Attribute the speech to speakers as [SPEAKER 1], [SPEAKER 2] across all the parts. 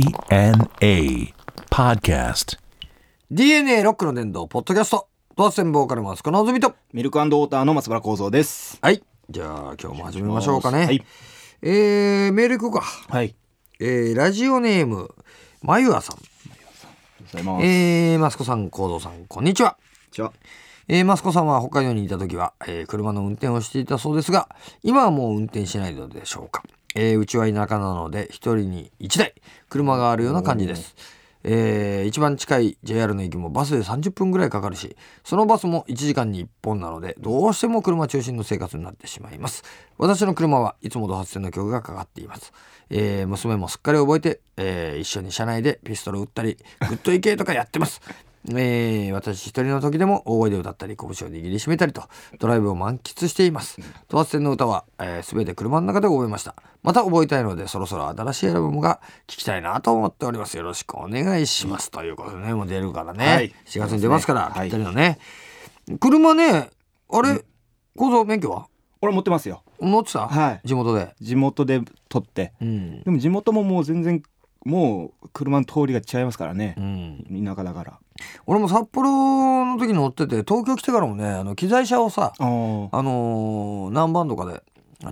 [SPEAKER 1] DNA Podcast.
[SPEAKER 2] DNA ロックの伝道ポッドキャスト当選ボーカルマスコのずみと
[SPEAKER 3] ミルクウォーターの松原幸三です。
[SPEAKER 2] はいじゃあ今日も始めましょうかね、
[SPEAKER 3] はい。
[SPEAKER 2] えー、メール行こうか、
[SPEAKER 3] はい。
[SPEAKER 2] えー、ラジオネームまゆあさん
[SPEAKER 3] ございます。
[SPEAKER 2] えー、マスコさんコウドさんこんにちは
[SPEAKER 3] じゃあ、
[SPEAKER 2] えー、マスコさんは北海道にいた時は、えー車の運転をしていたそうですが今はもう運転しないのでしょうか、えーうちは田舎なので一人に一台車があるような感じです、えー一番近い JR の駅もバスで30分ぐらいかかるしそのバスも1時間に1本なのでどうしても車中心の生活になってしまいます私の車はいつもド発線の曲がかかっています、えー娘もすっかり覚えて、えー一緒に車内でピストル撃ったりグッドイケーとかやってますえー私一人の時でも大声で歌ったり拳を握りしめたりとドライブを満喫していますド発線の歌は、えー、全て車の中で覚えましたまた覚えたいのでそろそろ新しいアルバムが聴きたいなと思っておりますよろしくお願いしますということでねもう出るからね、
[SPEAKER 3] はい
[SPEAKER 2] 4月に出ますから、
[SPEAKER 3] は
[SPEAKER 2] ぴ
[SPEAKER 3] い
[SPEAKER 2] ったりのね車ねあれ構造免許は
[SPEAKER 3] 俺持ってますよ。
[SPEAKER 2] 持ってた、
[SPEAKER 3] はい
[SPEAKER 2] 地元で
[SPEAKER 3] 地元で撮って。
[SPEAKER 2] うん、
[SPEAKER 3] でも地元ももう全然、もう車の通りが違いますからね
[SPEAKER 2] う。ん、
[SPEAKER 3] 田舎だから。
[SPEAKER 2] 俺も札幌の時に乗ってて東京来てからもねあの機材車をさ
[SPEAKER 3] ああ。
[SPEAKER 2] あのー、何番とかで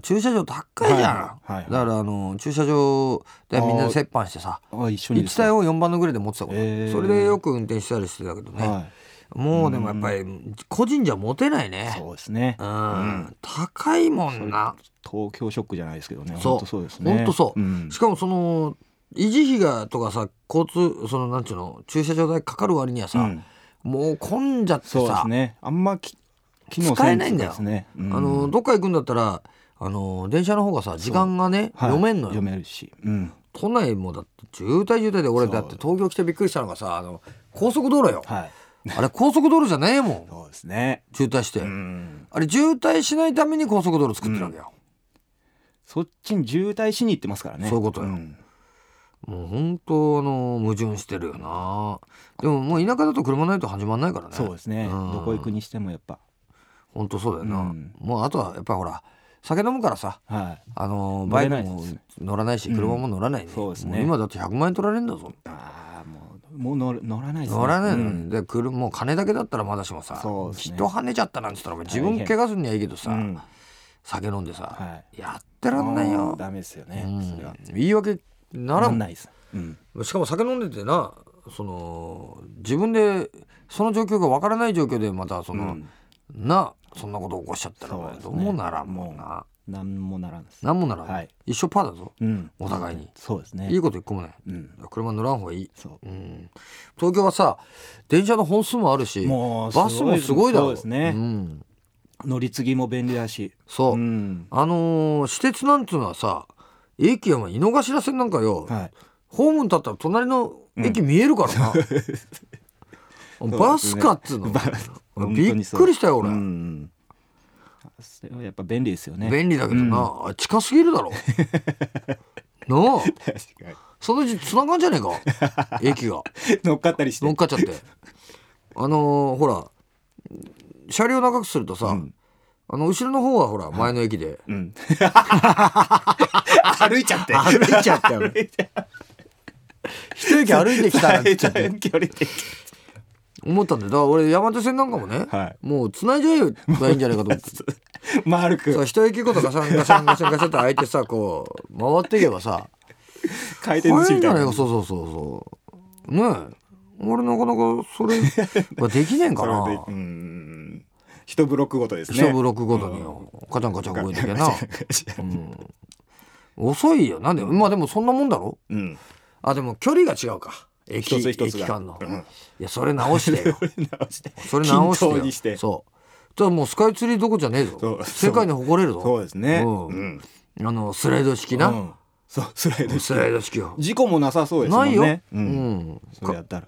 [SPEAKER 2] 駐車場高いじゃん、
[SPEAKER 3] はいはいはい
[SPEAKER 2] だからあのー駐車場でみんなで折半してさ
[SPEAKER 3] あ一緒にで
[SPEAKER 2] 1
[SPEAKER 3] すか
[SPEAKER 2] 台を4番のぐらいで持ってたこと、
[SPEAKER 3] へー
[SPEAKER 2] それでよく運転したりしてたけどね、
[SPEAKER 3] は
[SPEAKER 2] もうでもやっぱり個人じゃ持てない
[SPEAKER 3] い。
[SPEAKER 2] ね
[SPEAKER 3] そうですね
[SPEAKER 2] う。ん高いもんな
[SPEAKER 3] 東京ショックじゃないですけどね。
[SPEAKER 2] そう
[SPEAKER 3] 本当そうですね。
[SPEAKER 2] 本当そう、
[SPEAKER 3] ん
[SPEAKER 2] しかもその維持費がとかさ交通そのなんちゅうの駐車場代かかる割にはさ、
[SPEAKER 3] うん
[SPEAKER 2] もう混んじゃって
[SPEAKER 3] そうで
[SPEAKER 2] さ、
[SPEAKER 3] すね。あんまき機
[SPEAKER 2] 使えないんだよ
[SPEAKER 3] せってことですね。うん
[SPEAKER 2] あのどっか行くんだったらあの電車の方がさ時間がね、
[SPEAKER 3] はい
[SPEAKER 2] 読めんのよ
[SPEAKER 3] 読めるし。うん。
[SPEAKER 2] 都内もだって渋滞渋滞で俺
[SPEAKER 3] そう
[SPEAKER 2] だって東京来てびっくりしたのがさあの高速道路よ、
[SPEAKER 3] はい。
[SPEAKER 2] あれ高速道路じゃねえもん
[SPEAKER 3] そうですね。
[SPEAKER 2] 渋滞して、
[SPEAKER 3] うん。
[SPEAKER 2] あれ渋滞しないために高速道路作ってるわけよ、
[SPEAKER 3] そっちに渋滞しに行ってますからね。
[SPEAKER 2] そういうことよ
[SPEAKER 3] ん
[SPEAKER 2] もう本当あの矛盾してるよなでももう田舎だと車ないと始まんないからね
[SPEAKER 3] そうですね。
[SPEAKER 2] うん
[SPEAKER 3] どこ行くにしてもやっぱ。
[SPEAKER 2] 本当そうだよな、
[SPEAKER 3] うん
[SPEAKER 2] もうあとはやっぱほら酒飲むからさ
[SPEAKER 3] はい。
[SPEAKER 2] あの
[SPEAKER 3] 乗
[SPEAKER 2] バイ
[SPEAKER 3] れ
[SPEAKER 2] ク
[SPEAKER 3] ない
[SPEAKER 2] も
[SPEAKER 3] ですね
[SPEAKER 2] 乗らないし
[SPEAKER 3] うん
[SPEAKER 2] 車も乗らないね、
[SPEAKER 3] そうですね
[SPEAKER 2] も今だって100万円取られるんだぞ
[SPEAKER 3] ああ、もう、もう乗る乗らないですね。
[SPEAKER 2] 乗らないの
[SPEAKER 3] う
[SPEAKER 2] に、
[SPEAKER 3] ん
[SPEAKER 2] で車もう金だけだったらまだしもさ、
[SPEAKER 3] そうですね
[SPEAKER 2] 人跳ねちゃったなんつったらお前自
[SPEAKER 3] 大
[SPEAKER 2] 分
[SPEAKER 3] 変
[SPEAKER 2] 怪我するにはいいけどさ、
[SPEAKER 3] うん
[SPEAKER 2] 酒飲んでさ、
[SPEAKER 3] は
[SPEAKER 2] やってらんない
[SPEAKER 3] もう
[SPEAKER 2] よ、
[SPEAKER 3] ダメですよ
[SPEAKER 2] う
[SPEAKER 3] ね。それは。
[SPEAKER 2] ん、言い訳なら
[SPEAKER 3] 乗
[SPEAKER 2] ん
[SPEAKER 3] んないです。うん。
[SPEAKER 2] しかも酒飲んでてなその自分でその状況がわからない状況でまたその、
[SPEAKER 3] うん
[SPEAKER 2] なそんなこと起こしちゃったら
[SPEAKER 3] そう
[SPEAKER 2] お前
[SPEAKER 3] です
[SPEAKER 2] ど
[SPEAKER 3] ね
[SPEAKER 2] うもならんもんな、
[SPEAKER 3] なんもならんです。
[SPEAKER 2] なんもならん、
[SPEAKER 3] はい
[SPEAKER 2] 一生パーだぞ
[SPEAKER 3] うん。
[SPEAKER 2] お互いに
[SPEAKER 3] そうですね
[SPEAKER 2] いい。こと一個もない
[SPEAKER 3] うん。
[SPEAKER 2] 車乗らん方がいい、
[SPEAKER 3] そ
[SPEAKER 2] うん、東京はさ電車の本数もあるし
[SPEAKER 3] う。もう、
[SPEAKER 2] バスもすごいだろ
[SPEAKER 3] そうですね
[SPEAKER 2] う。ん、
[SPEAKER 3] 乗り継ぎも便利だし。
[SPEAKER 2] そう、
[SPEAKER 3] うん。
[SPEAKER 2] あのー私鉄なんていうのはさ駅は井の頭線なんかよ、
[SPEAKER 3] はい。
[SPEAKER 2] ホームに立ったら隣の駅見えるから な、バスかっつうの
[SPEAKER 3] バス
[SPEAKER 2] 俺
[SPEAKER 3] 本
[SPEAKER 2] び
[SPEAKER 3] 当
[SPEAKER 2] っ
[SPEAKER 3] にそう
[SPEAKER 2] くりしたよ俺、
[SPEAKER 3] うん。それはやっぱ便利ですよね。
[SPEAKER 2] 便利だけどな、あ近すぎるだ ろなあ
[SPEAKER 3] 確かに。
[SPEAKER 2] そのうち繋がんじゃねえ か駅が
[SPEAKER 3] 乗っかったりして。
[SPEAKER 2] 乗っかっちゃってあのーほら車両長くするとさ、
[SPEAKER 3] うん
[SPEAKER 2] あの後ろの方はほら前の駅で、
[SPEAKER 3] うん。歩い ちゃって。
[SPEAKER 2] 歩いちゃったよ
[SPEAKER 3] 歩いちゃって。
[SPEAKER 2] 一駅歩いてきたらって
[SPEAKER 3] 距離的。
[SPEAKER 2] 思ったんだよだから俺山手線なんかもね、
[SPEAKER 3] はい
[SPEAKER 2] もう繋いじゃえばいいんじゃないかと思って
[SPEAKER 3] 丸
[SPEAKER 2] さ
[SPEAKER 3] く
[SPEAKER 2] 一駅ごとガシャンガシャンガシャンガシャンって開いてさこう回っていけばさ
[SPEAKER 3] 回転寿
[SPEAKER 2] 早
[SPEAKER 3] 司
[SPEAKER 2] いん
[SPEAKER 3] み
[SPEAKER 2] じゃ
[SPEAKER 3] たい
[SPEAKER 2] ない
[SPEAKER 3] な。
[SPEAKER 2] かそうそうそうそうねえ俺なかなかそれができねえんかな
[SPEAKER 3] それでうん。一ブロックごとですね。
[SPEAKER 2] 勝負6ごとによカチャンカチャン動いてけな遅いよなんでまあでもそんなもんだろ
[SPEAKER 3] うん。
[SPEAKER 2] あでも距離が違うか駅
[SPEAKER 3] 一つ一つ
[SPEAKER 2] 駅
[SPEAKER 3] が
[SPEAKER 2] 間の、
[SPEAKER 3] うん
[SPEAKER 2] いやそれ直してよ
[SPEAKER 3] 直して
[SPEAKER 2] それ直してよ
[SPEAKER 3] 均等にして。そ
[SPEAKER 2] そうただもうスカイツリーどこじゃねえぞ
[SPEAKER 3] う
[SPEAKER 2] 世界に誇れるぞ
[SPEAKER 3] うですね。
[SPEAKER 2] うん
[SPEAKER 3] うん。
[SPEAKER 2] あのスライド式な、
[SPEAKER 3] うん。そうスライドし
[SPEAKER 2] スライド式よ
[SPEAKER 3] 事故もなさそうですも
[SPEAKER 2] なんいよ、
[SPEAKER 3] ね。
[SPEAKER 2] う
[SPEAKER 3] うん。
[SPEAKER 2] ん、
[SPEAKER 3] それやったら。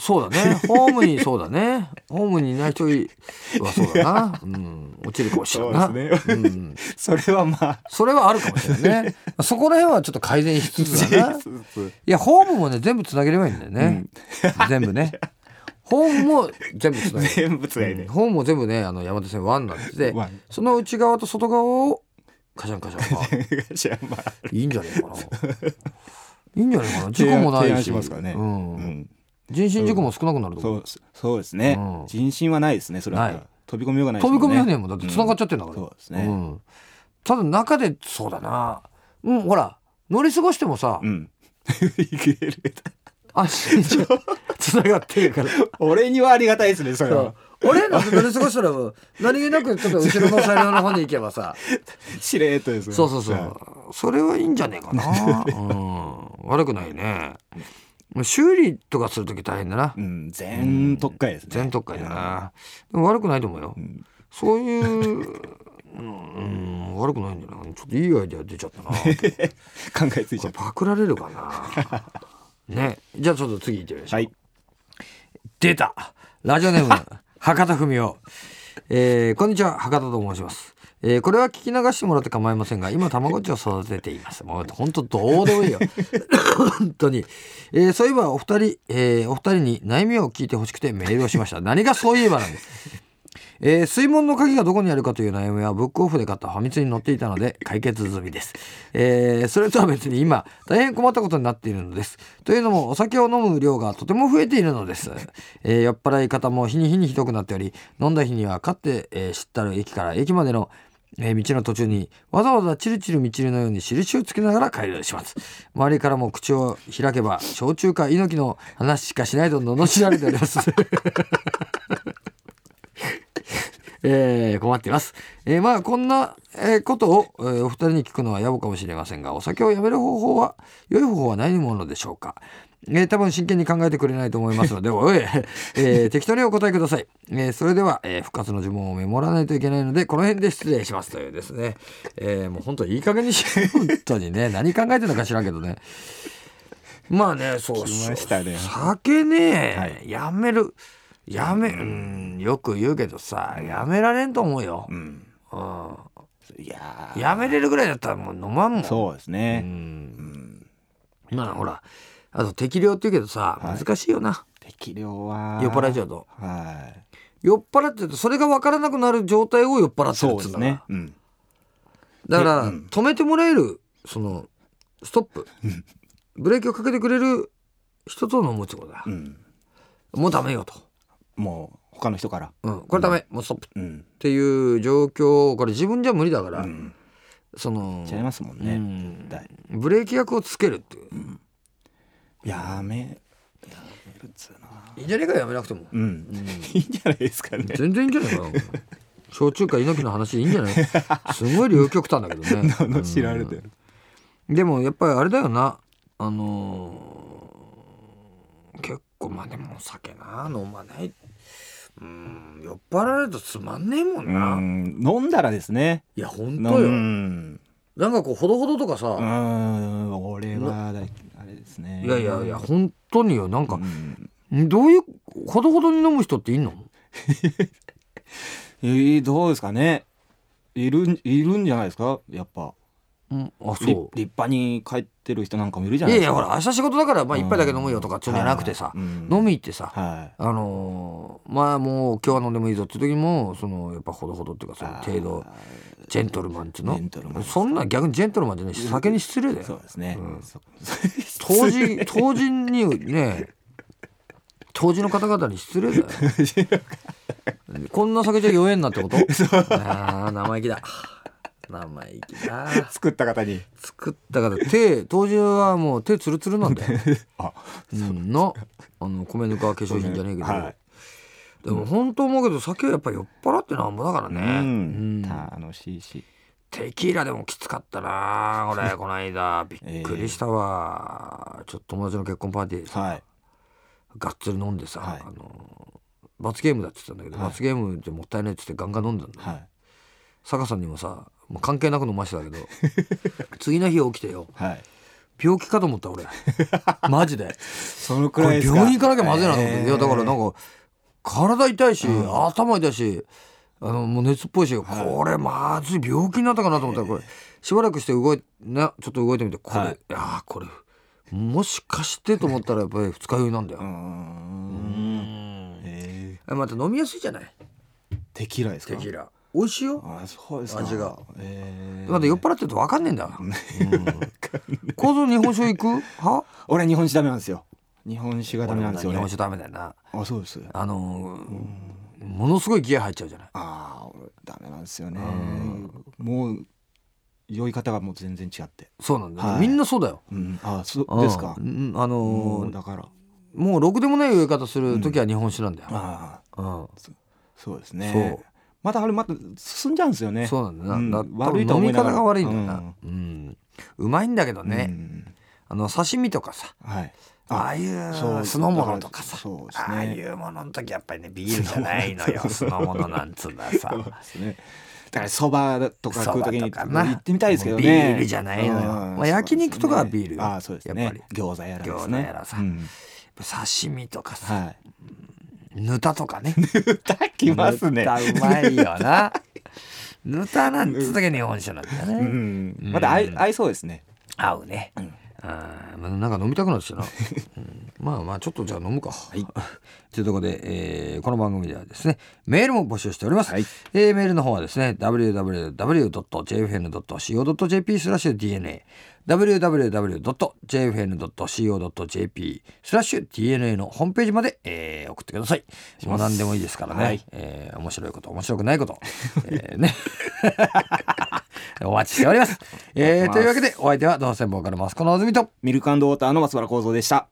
[SPEAKER 2] そうだね。ホーム にそうだね。ホームにいない人はそうだな。うん、落ちるかもしれんないな。
[SPEAKER 3] そうですね
[SPEAKER 2] うん、
[SPEAKER 3] それはまあ。
[SPEAKER 2] それはあるかもしれない ね。そこら辺はちょっと改善しつつだな。いや、ホームもね、全部つなげればいいんだよね。全部ね。ホームも全部つなげる。
[SPEAKER 3] 全部つがい
[SPEAKER 2] う
[SPEAKER 3] で
[SPEAKER 2] ん。ホームも全部ね、あの山手線ワンなんで
[SPEAKER 3] ワン、
[SPEAKER 2] その内側と 外側をカシャンカシャン。
[SPEAKER 3] じゃあまあ。
[SPEAKER 2] いいんじゃないかな。いいんじゃないかな事故もない
[SPEAKER 3] 提
[SPEAKER 2] し
[SPEAKER 3] 案しますからね、
[SPEAKER 2] うん
[SPEAKER 3] うん
[SPEAKER 2] 人身事故も少なくなると
[SPEAKER 3] そ
[SPEAKER 2] 思う
[SPEAKER 3] うそうですね、
[SPEAKER 2] うん
[SPEAKER 3] 人心はないですねそれは
[SPEAKER 2] ない
[SPEAKER 3] 飛び込みようがないです
[SPEAKER 2] 飛
[SPEAKER 3] もん
[SPEAKER 2] び
[SPEAKER 3] ね
[SPEAKER 2] 込み船もだって繋がっちゃってんだから、
[SPEAKER 3] うんそうですね
[SPEAKER 2] んただ中でそうだなうんほら乗り過ごしてもさ、
[SPEAKER 3] うんいける
[SPEAKER 2] 足にちょ繋がってるから
[SPEAKER 3] 俺にはありがたいですねそれは
[SPEAKER 2] 俺なんて乗り過ごしたら何気なくちょっと後ろの車両の方に行けばさ
[SPEAKER 3] しれーっとですね
[SPEAKER 2] そうそうそ
[SPEAKER 3] は
[SPEAKER 2] うそれはいいんじゃねえか な、うん、悪くないね修理とかする時大変だない
[SPEAKER 3] うん全特会ですね
[SPEAKER 2] 全特会だなでも悪くないと思うよ、
[SPEAKER 3] ん
[SPEAKER 2] そういううん、うん、悪くないんじゃないちょっといいアイデア出ちゃったな
[SPEAKER 3] 考えついちゃった
[SPEAKER 2] パクられるかなねじゃあちょっと次行ってみましょう、
[SPEAKER 3] はい
[SPEAKER 2] 出たラジオネーム博多文雄、えーこんにちは博多と申します、えーこれは聞き流してもらって構いませんが今たまごっちを育てていますもう本当どうでもいいよ本当に、えーそういえばお二人、えーお二人に悩みを聞いてほしくてメールをしました何がそういえばなんですえー水門の鍵がどこにあるかという悩みはブックオフで買ったファミツに載っていたので解決済みです、えーそれとは別に今大変困ったことになっているのですというのもお酒を飲む量がとても増えているのです、えー酔っ払い方も日に日にひどくなっており飲んだ日にはかって、えー知ったる駅から駅までのえー道の途中にわざわざチルチルみちるのように印をつけながら帰りします周りからも口を開けば焼酎か猪木の話しかしないと罵られておりますえー困っています、えーまあこんな、えーことを、えーお二人に聞くのは野暮かもしれませんがお酒をやめる方法は良い方法はないものでしょうかえー多分真剣に考えてくれないと思いますのでおい、え ー適当にお答えください、えーそれでは、えー復活の呪文をメモらないといけないのでこの辺で失礼しますというですね、えーもう本当いい加減にし 本当にね何考えてるのか知らんけどねまあねそう
[SPEAKER 3] 来ましたね
[SPEAKER 2] 酒ね、
[SPEAKER 3] はい
[SPEAKER 2] やめるやめうんよく言うけどさやめられんと思うよ、
[SPEAKER 3] うん
[SPEAKER 2] うん
[SPEAKER 3] いやー
[SPEAKER 2] やめれるぐらいだったらもう飲まんもん
[SPEAKER 3] そうです
[SPEAKER 2] う
[SPEAKER 3] ね
[SPEAKER 2] んまあほらあと適量って言うけどさ、
[SPEAKER 3] はい
[SPEAKER 2] 難しいよな
[SPEAKER 3] 適量は
[SPEAKER 2] 酔っ払いちゃうと
[SPEAKER 3] は
[SPEAKER 2] 酔っ払ってるとそれが分からなくなる状態を酔っ払っ
[SPEAKER 3] い
[SPEAKER 2] てる
[SPEAKER 3] そ
[SPEAKER 2] っ
[SPEAKER 3] う
[SPEAKER 2] つ
[SPEAKER 3] で
[SPEAKER 2] うん
[SPEAKER 3] す
[SPEAKER 2] だから、だから、
[SPEAKER 3] ねうんうん
[SPEAKER 2] 止めてもらえるそのストップブレーキをかけてくれる人と飲むってことだ
[SPEAKER 3] う、ん
[SPEAKER 2] もうダメよと、
[SPEAKER 3] もう他の人から
[SPEAKER 2] うん、これダメ、もうストップっ
[SPEAKER 3] うん
[SPEAKER 2] ていう状況これ自分じゃ無理だから、
[SPEAKER 3] うん
[SPEAKER 2] その
[SPEAKER 3] ちゃいますもん
[SPEAKER 2] う
[SPEAKER 3] ね
[SPEAKER 2] ん
[SPEAKER 3] 絶対
[SPEAKER 2] ブレーキ役をつけるっていう、
[SPEAKER 3] やめやめるっつうない
[SPEAKER 2] いんじゃねえかよやめなくても、
[SPEAKER 3] うん いいんじゃないですかね
[SPEAKER 2] 全然いいんじゃない かな焼酎か猪木の話いいんじゃないすごい両極端だけど ね
[SPEAKER 3] 知られてる
[SPEAKER 2] うんでもやっぱりあれだよなあのー結構まあでもお酒な飲まないうん酔っ払われるとつまんねえもん
[SPEAKER 3] う
[SPEAKER 2] な、い
[SPEAKER 3] ん飲んだらですね
[SPEAKER 2] やほん
[SPEAKER 3] う
[SPEAKER 2] とよ、
[SPEAKER 3] ん
[SPEAKER 2] なんかこうほどほどとか
[SPEAKER 3] う
[SPEAKER 2] さ、
[SPEAKER 3] ん俺はだあれですね
[SPEAKER 2] いやいやいや本当によなん
[SPEAKER 3] う
[SPEAKER 2] か、
[SPEAKER 3] ん
[SPEAKER 2] どういうほどほどに飲む人っていんの
[SPEAKER 3] えーどうですかねいるんいるんじゃないですかやっぱ
[SPEAKER 2] うんあ
[SPEAKER 3] り
[SPEAKER 2] そう
[SPEAKER 3] 立派に帰ってる人なんかもいるじゃ
[SPEAKER 2] いや
[SPEAKER 3] ない
[SPEAKER 2] い
[SPEAKER 3] です
[SPEAKER 2] や
[SPEAKER 3] か
[SPEAKER 2] ほら明日仕事だからまあ一杯だけ飲むよとかっていうんじゃなくてさ、
[SPEAKER 3] はいうん
[SPEAKER 2] 飲み行ってさ、
[SPEAKER 3] は
[SPEAKER 2] あのーまあもう今日は飲んでもいいぞっていう時もそのやっぱほどほどっていうかその
[SPEAKER 3] あー
[SPEAKER 2] 程度ジェントルマンっていう
[SPEAKER 3] ジェントルマ
[SPEAKER 2] の
[SPEAKER 3] ン
[SPEAKER 2] そんな逆にジェントルマンじゃないし酒に失礼だ
[SPEAKER 3] いそ
[SPEAKER 2] よ
[SPEAKER 3] うですね、
[SPEAKER 2] うん
[SPEAKER 3] そ
[SPEAKER 2] 当人当人にね当時の方々に失 礼だよこんな酒じゃ酔えんなってことああ生意気だ生意気だ
[SPEAKER 3] 作った方に
[SPEAKER 2] 作ったから手当時はもう手ツルツルなんだよ、
[SPEAKER 3] あ
[SPEAKER 2] うん、のあの米ぬかは化粧品じゃねえけど、
[SPEAKER 3] はい
[SPEAKER 2] でも本当思うけど酒はやっぱ酔っ払ってなんぼだから
[SPEAKER 3] う
[SPEAKER 2] ね、う
[SPEAKER 3] ん、
[SPEAKER 2] ん
[SPEAKER 3] 楽しいし
[SPEAKER 2] テキーラでもきつかったな 俺この間びっくりしたわ、ちょっと友達の結婚パーティーでさ
[SPEAKER 3] はい
[SPEAKER 2] がっつり飲んでさ、
[SPEAKER 3] はい
[SPEAKER 2] あの罰ゲームだって言ってたんだけど、罰ゲームでもったいないって言ってガンガン飲んだんだ、
[SPEAKER 3] はい
[SPEAKER 2] 坂さんにもさもう関係なく飲ましてたけど 次の日起きてよ
[SPEAKER 3] はい
[SPEAKER 2] 病気かと思 った俺マジで
[SPEAKER 3] そのく
[SPEAKER 2] こ
[SPEAKER 3] ら
[SPEAKER 2] れ
[SPEAKER 3] いですか
[SPEAKER 2] 病院行かなきゃまずいなと思って、
[SPEAKER 3] えー
[SPEAKER 2] いやだからなんか体痛いし、頭痛いしあのもう熱っぽいし、これまずい病気になったかなと思ったらこれしばらくして動いなちょっと動いてみてこれ、
[SPEAKER 3] はい
[SPEAKER 2] い、やーこれもしかしてと思ったらやっぱり二日酔いなんだよ
[SPEAKER 3] う、んえ
[SPEAKER 2] あまた飲みやすいじゃない
[SPEAKER 3] ー、テキーラですか
[SPEAKER 2] テキーラ美味しいよ
[SPEAKER 3] あそうですか
[SPEAKER 2] 味が
[SPEAKER 3] えー、
[SPEAKER 2] まだ酔っ払ってると分かんねえんだ、うん構造日本酒行くは
[SPEAKER 3] 俺日本酒ダメなんですよ日本酒がダメなんですよ
[SPEAKER 2] 俺も
[SPEAKER 3] ね
[SPEAKER 2] 日本酒ダメだよな
[SPEAKER 3] あそうです
[SPEAKER 2] あのーものすごいギア入っちゃうじゃない
[SPEAKER 3] ああ俺ダメなんですよねもう酔い方がもう全然違って
[SPEAKER 2] そうなんだよ、
[SPEAKER 3] はい
[SPEAKER 2] みんなそうだよ
[SPEAKER 3] うんあそうですか
[SPEAKER 2] うんあの
[SPEAKER 3] も
[SPEAKER 2] ー
[SPEAKER 3] うだから
[SPEAKER 2] もうろくでもない言い方する時は日本酒なんだよ、
[SPEAKER 3] ああ
[SPEAKER 2] うん
[SPEAKER 3] そうです
[SPEAKER 2] そう
[SPEAKER 3] ねまたあれまた進んじゃうんですよね
[SPEAKER 2] そうなんだな、
[SPEAKER 3] うん
[SPEAKER 2] だ
[SPEAKER 3] 悪いとは
[SPEAKER 2] 飲み
[SPEAKER 3] 思いな
[SPEAKER 2] 方
[SPEAKER 3] がら
[SPEAKER 2] が悪いんだよな、うんうまいんだけどね、
[SPEAKER 3] うん
[SPEAKER 2] あの刺身とかさ
[SPEAKER 3] はい
[SPEAKER 2] ああいう酢の物とかさ
[SPEAKER 3] そうですね
[SPEAKER 2] ああいうものの時やっぱりねビールじゃないのよ酢の物なんつうのはさ
[SPEAKER 3] そうですね。だからそばとか食うとき
[SPEAKER 2] そば
[SPEAKER 3] に
[SPEAKER 2] とかな
[SPEAKER 3] 行ってみたいですけどね。
[SPEAKER 2] ビールじゃないのよ
[SPEAKER 3] うん
[SPEAKER 2] まあ焼肉とかはビールよ
[SPEAKER 3] ああそうですね。
[SPEAKER 2] やっぱり
[SPEAKER 3] 餃子やらですね。
[SPEAKER 2] 餃子やらさ
[SPEAKER 3] うん
[SPEAKER 2] 刺身とかさ、
[SPEAKER 3] はい。
[SPEAKER 2] ぬたとかね
[SPEAKER 3] 歌きます
[SPEAKER 2] ぬ。
[SPEAKER 3] ね
[SPEAKER 2] たうまいよ なぬたなんつう時は日本酒なんだよ
[SPEAKER 3] う
[SPEAKER 2] ね、
[SPEAKER 3] ん。また合い合いそうですね。
[SPEAKER 2] 合うね、うんまあなんか飲みたくなって きたな、うんまあまあちょっとじゃあ飲むかはい というところで、えーこの番組ではですねメールも募集しております、
[SPEAKER 3] はい
[SPEAKER 2] えーメールの方はですね www.jfn.co.jp スラッシュ DNA www.jfn.co.jp スラッシュ DNA のホームページまで、えー送ってくださいもう何でもいいですからね、
[SPEAKER 3] はい
[SPEAKER 2] えー面白いこと面白くないこと、えーねお待ちしております、えーというわけでお相手はどうせボーカルマスコのずみと
[SPEAKER 3] ミルクウォーターの松原幸三でした。